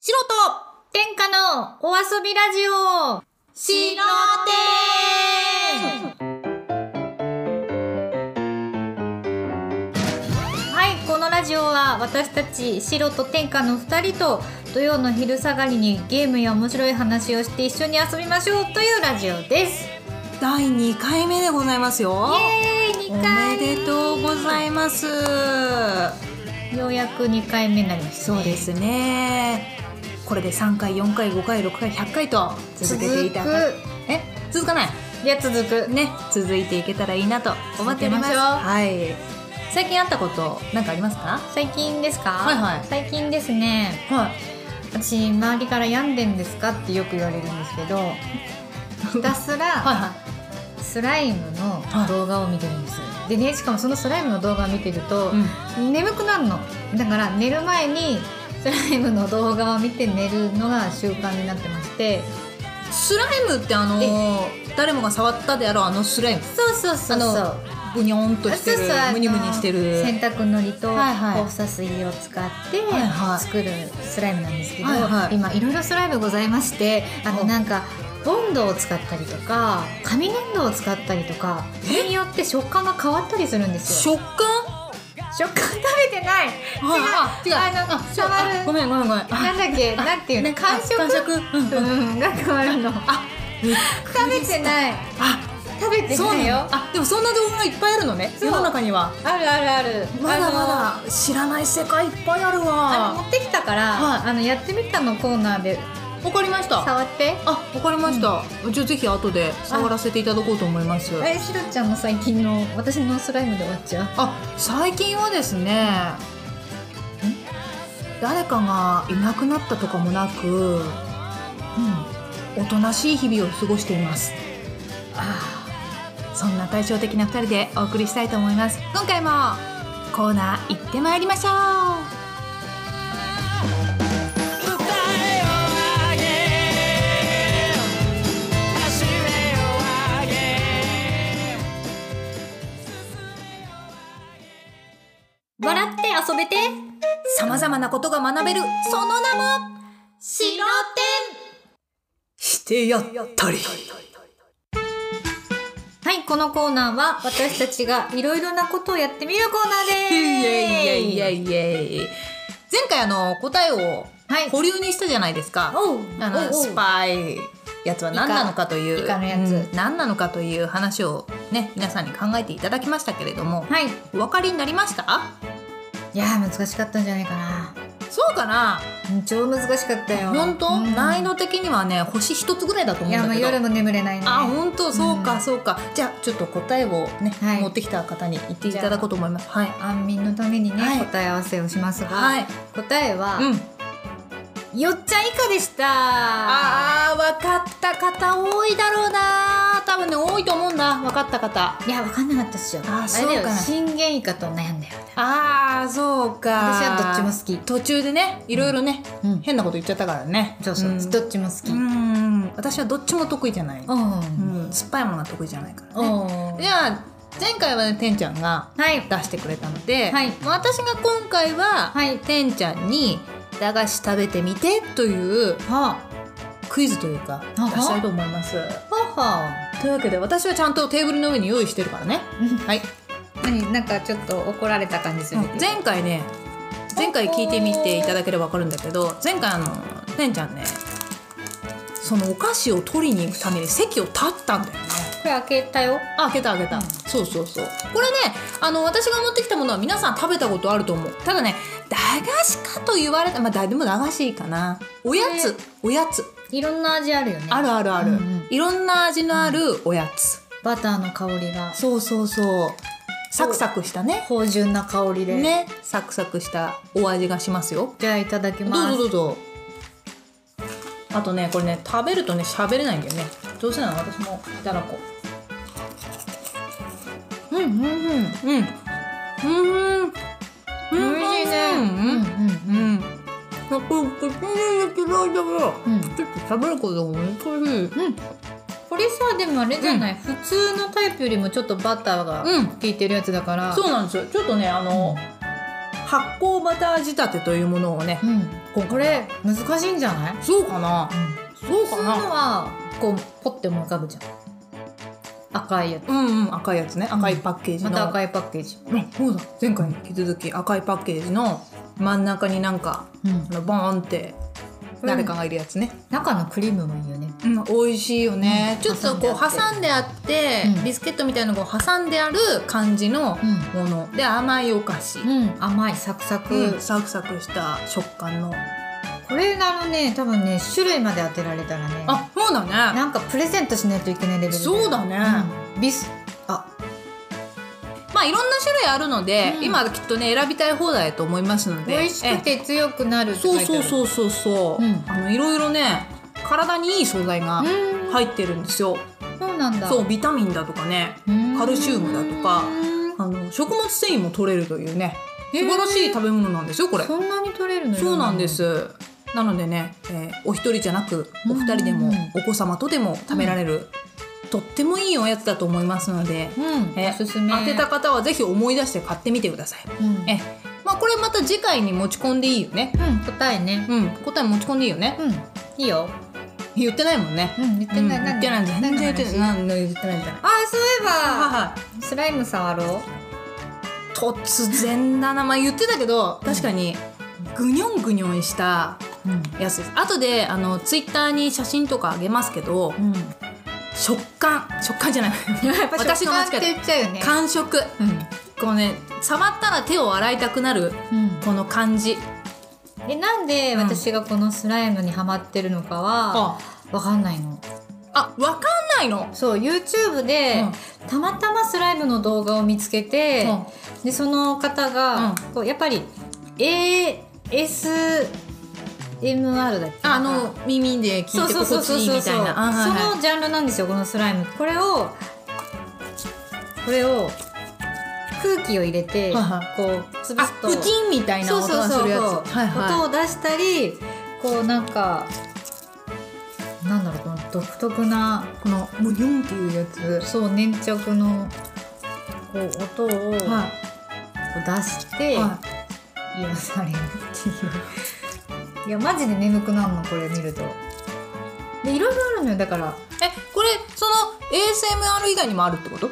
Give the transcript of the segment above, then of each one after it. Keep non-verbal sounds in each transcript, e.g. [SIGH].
素人天下のお遊びラジオしのてはい、このラジオは私たち白と天下の2人と土曜の昼下がりにゲームや面白い話をして一緒に遊びましょうというラジオです。ーん第2回目でございますよイエーイお2回めでとうございますようやく2回目になりました、そうですねこれで3回4回5回6回100回と続けていただ続え続かないくいや続くね続いていけたらいいなと思っておりま続けましすょうはい最近あったこと何かありますか最近ですか、はいはい最近ですねはい私周りから病んでんですかってよく言われるんです [LAUGHS] けどひたすら、はいはいスライムの動画を見てるんです、でねしかもそのスライムの動画を見てると、うん眠くなるのだから寝る前にスライムの動画を見て寝るのが習慣になってましてスライムってあのー誰もが触ったであろうあのスライムそうそうそうそうあブニョンとしてるそうそうあのムニムニしてる洗濯のりとはいはい交差水を使ってはいはい作るスライムなんですけど、はいはい今いろいろスライムございましてあのおなんかボンドを使ったりとか紙粘土を使ったりとかそれによって食感が変わったりするんですよ食感食感食べてないあ違うあのそう触るあごめんごめんごめんあなんだっけなんていうのね感触あ感触うんが変わるのあびっ食べてないあ食べてそうないなよのあでもそんな動画がいっぱいあるのねそう世の中にはあるあるあるまだあのまだ知らない世界いっぱいあるあのわ持ってきたから、はいあのやってみたのコーナーでわかりました触ってあわかりましたじゃあぜひ後で触らせていただこうと思いますえしろちゃんの最近の私のスライムで終わっちゃうあ最近はですね誰かがいなくなったとかもなくおとなしい日々を過ごしていますそんな対照的な2人でお送りしたいと思います今回もコーナー行ってまいりましょう笑って遊べてさまざまなことが学べるその名もしろしてやったりてはいこのコーナーは私たちがいろいろなことをやってみるコーナーイですエイイエイイエイイエイ前回あの答えをはい保留にしたじゃないですかおうあおうおのうスパイやつは何なのかといイカうイカのやつうん何なのかという話をね皆さんに考えていただきましたけれども、はいお分かりになりましたいやー難しかったんじゃないかなそうかなうん超難しかったよ本当、うん難易度的にはね星一つぐらいだとい思うんやだもうけ夜ども眠れないねあ本当そううかんそうか、じゃあちょっと答えをね、はい持ってきた方に言っていただこうと思いますはい安眠のためにね、はい答え合わせをしますが、はい答えは、うんよっちゃん以下でしたあー分かった方多いだろうな多分ね多いと思うんだ分かった方いや分かんなかったっしょあれだよそうかな信玄以下と悩んだよああそうか私はどっちも好き途中でねいろいろね、うん変なこと言っちゃったからねそうそう、んどっちも好き、ううんん私はどっちも得意じゃない、うんうん、酸っぱいものが得意じゃないからねおじゃあ前回はねてんちゃんがはい出してくれたので、はいもう私が今回は、はいてんちゃんに駄菓子食べてみてというはクイズというかあ出はしたいと思いますあはというわけで私はちゃんとテーブルの上に用意してるからねあはい [LAUGHS] 何なんかちょっと怒られた感じするけど、前回ね前回聞いてみていただければ分かるんだけど前回あのてんちゃんねそのお菓子を取りに行くために席を立ったんだよねこれ開けたよあ開けた開けた、そうそうそうこれねあの私が持ってきたものは皆さん食べたことあると思うただね駄菓子かと言われたまあだでも駄菓子かなおやつ、えーおやついろんな味あるよねあるあるある、うんうんいろんな味のあるおやつ、バターの香りがそうそうそうサクサクしたね芳醇な香りで、ねサクサクしたお味がしますよじゃあいただきますどうぞどうぞあとねこれね食べるとね喋れないんだよねどうせなの私もいただこうんうんうんううんうんうん美味しいねうんうんうんこれ口に入れてる間もうんちょっと食べることが難しいうんこれさでもあれじゃない、普通のタイプよりもちょっとバターがうん効いてるやつだから、そうなんですよちょっとねあの発酵バター仕立てというものをねうん今こ回れ難しいんじゃない、そうかなそうそうかいうなのはこうポッて思い浮かぶじゃん赤いやつうんうん赤いやつね赤いパッケージの、また赤いパッケージ、あそうだ前回に引き続き赤いパッケージの真ん中になんかうんあのボーンって誰かがいるやつね、中のクリームもいいよねうん、美味しいよね、うんちょっとこう挟挟んであって、うんビスケットみたいなのを挟んである感じのうもので甘いお菓子、ん、うん、甘いサクサク、うんサクサクした食感のこれあのね多分ね種類まで当てられたらねあそうだねなんかプレゼントしないといけないレベルそうだね、うんビスあまあいろんな種類あるので、うん今きっとね選びたい放題だと思いますので美味しくえて強くなるって書そういてあそるううそうそうそう、うんあのいろいろね体にいい素材がん、入ってるんですよ、そうなんだそうビタミンだとかねうんカルシウムだとかうんあの食物繊維も取れるというねへ素ー晴らしい食べ物なんですよこれそんなに取れるのそうなんです。なのでね、えーお一人じゃなくお二人でうもんお子様とでも食べられる、とってもいいおやつだと思いますので、うんおえすすめ当てた方はぜひ思い出して買ってみてください。うんえまあこれまた次回に持ち込んでいいよね。うん答えねうん、答え持ち込んでいいよね。うんいいよ言ってないもんね。うん言ってない、うんな言んってない。全然言ってない。あなん言ってないみたいな。そういえばはいはいスライム触ろう突然だな。まあ言ってたけど、確かにぐにょんぐにょんしたうんやつです。後であのツイッターに写真とかあげますけど、うん食感食感じゃないやっぱ [LAUGHS] 私私がが間違ってえた言っちゃうよね感触うこうね触ったら手を洗いたくなるんうんこの感じでなんで私がこのスライムにハマってるのかはあわかんないの。あわかんないのそう YouTube で、たまたまスライムの動画を見つけて、でその方が、うんこうやっぱり ASMR だっけあの耳で聞そいうてそうそ心うそう地いそういみたいなあはいそはのジャンルなんですよこのスライムこれをこれを空気を入れて、はいはいこう潰すいとあプチンみたいなそう音そうがすそうるやつそう、はいは音を出したりこうなんかなんだろうこの独特ないこのムニョンっていうやつそう粘着のこう音をこう出はして、いは癒されるっていういやマジで眠くなるのこれ見るとでいろいろあるのよだからいえこれその ASMR 以外にもあるってこと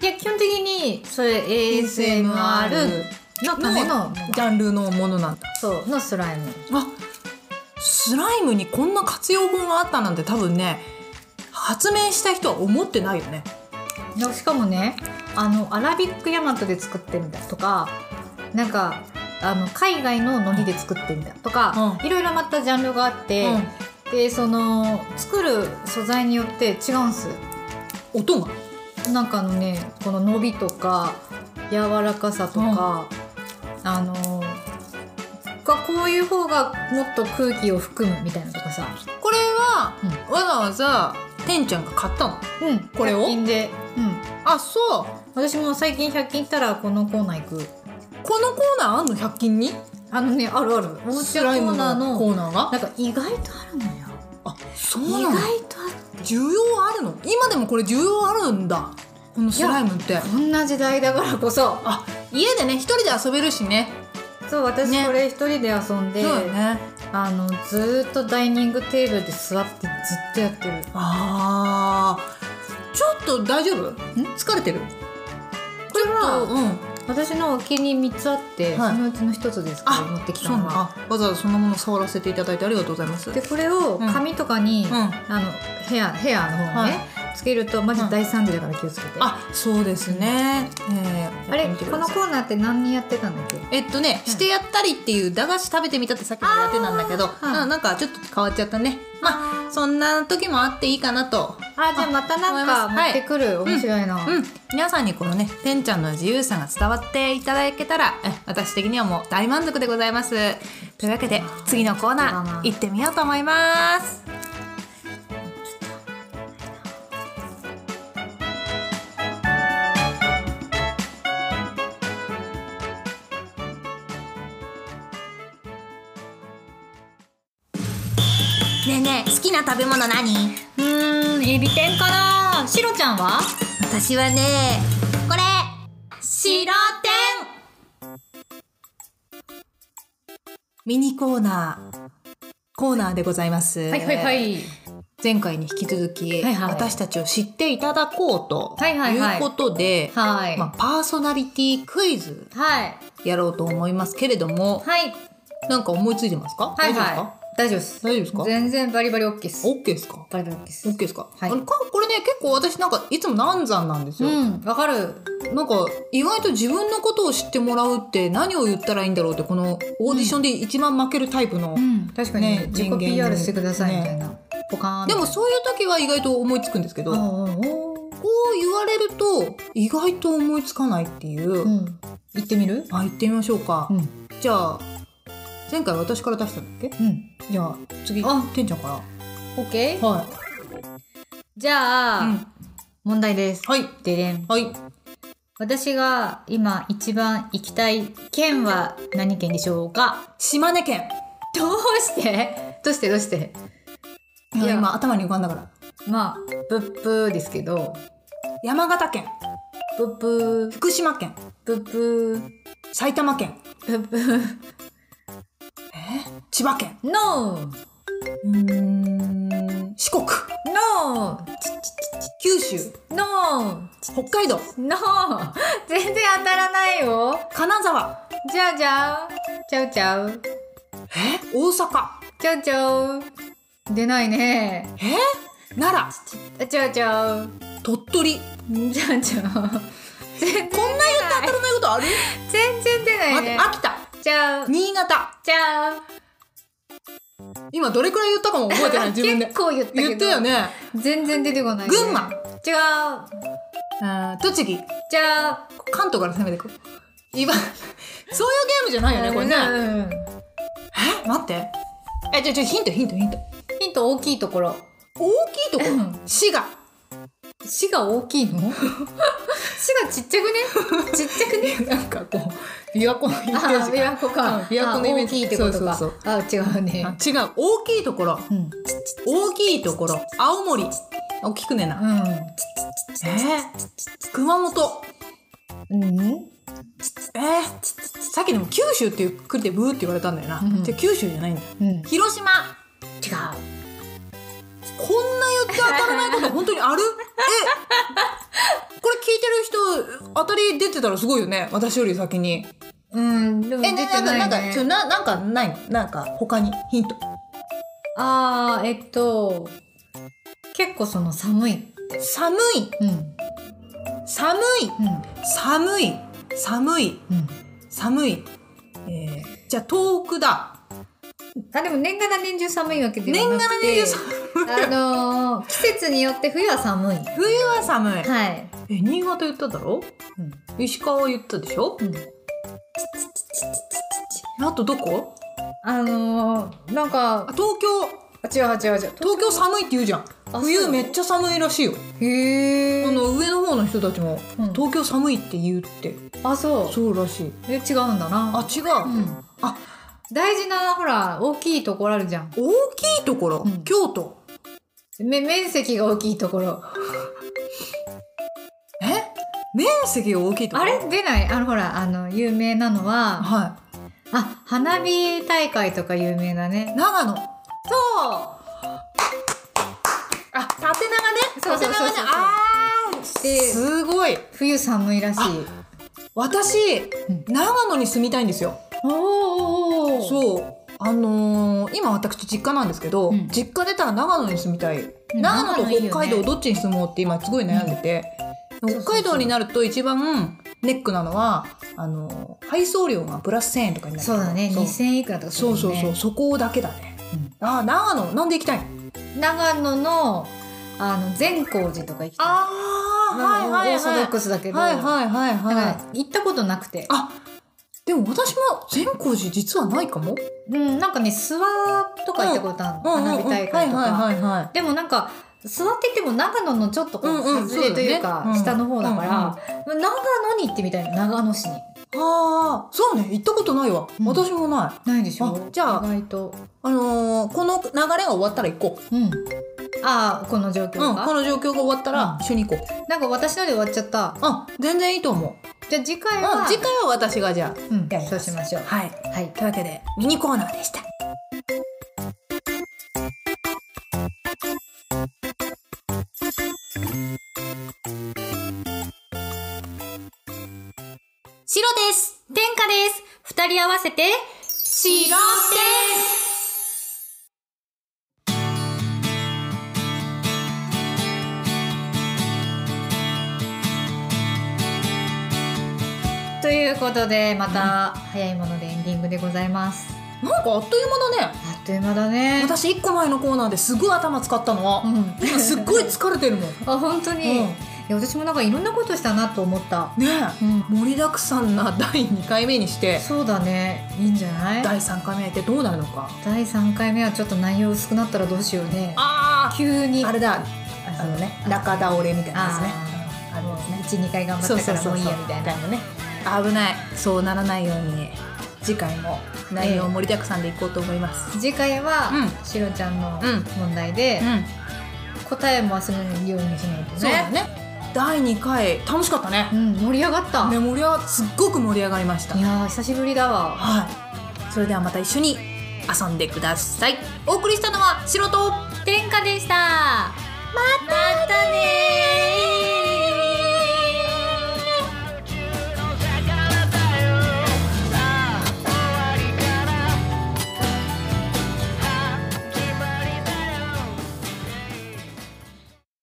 いや基本的にそれ ASMR のためのジャンルのものなんだそうのスライムあスライムにこんな活用法があったなんて多分ね発明した人は思ってないよねでしかもねあのアラビックヤマトで作ってみたとかなんかあの海外の海苔で作ってみたとか、ういろいろまたジャンルがあって、でその作る素材によって違うんす音がなんかあのねこの伸びとか柔らかさとか、あのがこういう方がもっと空気を含むみたいなとかさ、これは、わざわざてんちゃんが買ったのうん、これを100均で、うん、あそう私も最近100均行ったらこのコーナー行くこのコーナーあんの100均にあのねあるあるおもちスゃコライームナーののコーナーがなんか意外とあるのよあそう意な外のとある需要あるの今でもこれ需要あるんだこのスライムってこんな時代だからこそあ家でね一人で遊べるしねそう私ねこれ一人で遊んで、そうよねあのずーっとダイニングテーブルで座ってずっとやってるあーちょっと大丈夫疲れてるこれはうん私のお気に入り3つあって、はいそのうちの1つですからあ、持ってきたそうなののは。あわざわざそんなもの触らせていただいてありがとうございますでこれをうん紙とかに、うんあのヘアヘアの方にね、はつけるとマジ大惨事だから気をつけて、ああそうですね、えーれやってみてくこだのさいコーナーって何人やってたんだっけえっとね、うんしてやったりっていう駄菓子食べてみたってさっきのやってたんだけど、ーはいうんなんかちょっと変わっちゃったねまあーあそんな時もあっていいかなとあじゃあまたなんあか持思いますってくる、面白いの、うん皆さんにこのねてんちゃんの自由さが伝わっていただけたらえ私的にはもう大満足でございますというわけで次のコーナー行ってみようと思いますねえねえ好きな食べ物何うーんエビ天かなシロちゃんは私はねこれ白天ミニコーナー、コーナーでございます。はいはいはい。前回に引き続き、はいはい私たちを知っていただこうとはいはいはいいうことで、はい。まあ、パーソナリティクイズはい。やろうと思いますけれども、はい。なんか思いついてますか、はい大丈夫ですかはい。大丈夫です。大丈夫ですか全然バリバリオッケーです。オッケーですかバリバリオッケーでオッすケー。ですか,、はいあれかこれね結構私なんかいつも難産なんですうよ、ん、わかる。なんか意外と自分のことを知ってもらうって何を言ったらいいんだろうってこのオーディションで一番負けるタイプの、うん、確かに、ね自人間己 PR してくださいみたいな。ポカーン。でも、そういう時は意外と思いつくんですけど、うこんうんうんう言われると意外と思いつかないっていう、うん。行ってみる？あ行ってみましょうか、うんじゃあ前回私から出したんだっけうん。じゃあ次あてんちゃんかオッケー。らはい、じゃあ、うん、問題です。はいでれん。はい私が今一番行きたい県は何県でしょうか？島根県どうして？どうしてどうして？いいやや今頭に浮かんだからまあブッブーですけど、山形県ブッブー福島県ブッブー埼玉県ブッブー。千葉県 No うーん四国 No 九州 No 北海道 No 全然当たらないよ。金沢じゃあじゃあちゃうちゃうえ大阪ちゃうちゃう出ないねえ奈あちゃうちゃう良鳥取んじゃあ [LAUGHS] じゃあ全然こんな言って当たらないことある、全然出ない待ってね秋田ちゃう新潟ちゃう今どれくらい言ったかも覚えてない自分 [LAUGHS] で結構言ったけど言ったよね全然出てこない、ね、群馬違うじゃあー栃木あ関東から攻めていこう今 [LAUGHS] そういうゲームじゃないよねこれねうんうんえ待ってえじゃあちょヒントヒントヒントヒント大きいところ大きいとこうん滋賀市が大きい [LAUGHS] の市がちっちゃくねちっちゃくねなんかこう琵琶湖のイメーあジ琵琶湖かうん琵琶湖のイメージあ大きいってことかそうそうあ違うねあ違う大きいところうん大きいところ青森大きくねえな、えー、熊本うんうんえー、さっきでも九州っていうくってブーって言われたんだよな、うんじゃあ九州じゃないんだうん違う広島こんな言って当たらないこと本当にあるえこれ聞いてる人当たり出てたらすごいよね私より先にうん、でも出えてなない、んかね、なんかちょななんかないのなんか他にヒントああ、えっと、結構その寒い。寒いうん、寒い寒い寒いうん、うん。寒い、えー、じゃあ東北だあ、でも年がら年中寒いわけで年はがならく年て、中寒いあのー季節によって冬は寒い。は冬は寒い、い。え新潟言っただろうん、石川言ったでしょうん。あとどこあのーなんあか、東京あ違う違う違う。東京寒いって言うじゃんそう冬めっちゃ寒いらしいよへえ。この上の方の人たちも、うん東京寒いって言うってあ、そう。そうらしいえ、違うんだな。あ違う、うん。あ大事な、ほら、大きいところあるじゃん。大きいところ、うん京都め、面積が大きいところ。え面積が大きいとこあろれ出ないあの、ほら、あの、有名なのは、はあ、花火大会とか有名だねい。長野そあ縦長ねそうそうそうそう縦長ねあうでー、すごい冬寒いらしい。私、ん長野に住みたいんですよおーう。そうあのー今私実家なんですけど、うん実家出たら長野に住みたいん長野と長野いいよね北海道どっちに住もうって今すごい悩んでて、んそうそうそう北海道になると一番ネックなのはあのー配送料がプラス1000円とかになるそうだね。そう二千いくらとかするそもうんね。そうそうそこだけだね、うんああ長野なんで行きたいの長野のあの善光寺とか行きたい。ああなんかオーソドックスだけど、はいはいはいだからはい行ったことなくて、あでも私も善光寺実はないかもうんなんかね諏訪とか行ったことあるの、う花んうんうん火大会とか。はいはいはいはいでもなんか諏訪って言っても長野のちょっとこうんうんう外れというそうだか、ねうん下の方だから、長野に行ってみたいな長野市にああ、そうね、行ったことないわ。うん私もない。ないでしょあじゃあ意外とあのーこの流れが終わったら行こうん、ああこの状況う。うん、が、この状況が終わったら、うん一緒に行こう。なんか私ので終わっちゃったあ、全然いいと思う。じゃあ次回うはん、次回は私がじゃあ、うんやりますそうしましょうはいはいというわけでミニコーナーでした白です天下です二人合わせて、白ですということでまた早いものでエンディングでございますなんかあっという間だねあっという間だね私一個前のコーナーですごい頭使ったの、うん今すっごい疲れて [LAUGHS] るもんねあ本当に、うんいや私もなんかいろんなことしたなと思ったえうん盛りだくさんな第2回目にしてそうだねいいんじゃない第3回目ってどうなるのか第3回目はちょっと内容薄くなったらどうしようねあ急にあれだああのね中倒れみたいなやつねあーあれもうですね12回頑張ったからもういいやみたいなのね危ないそうならないように次回も内容盛りだくさんでいこうと思います、次回は、うしろちゃんのうん問題で、うん答えも忘れないようにしないとねそうだね第2回楽しかったねうん、盛り上がった、ね盛りはすっごく盛り上がりましたいやー久しぶりだわはいそれではまた一緒に遊んでくださいお送りしたのは素人天下でした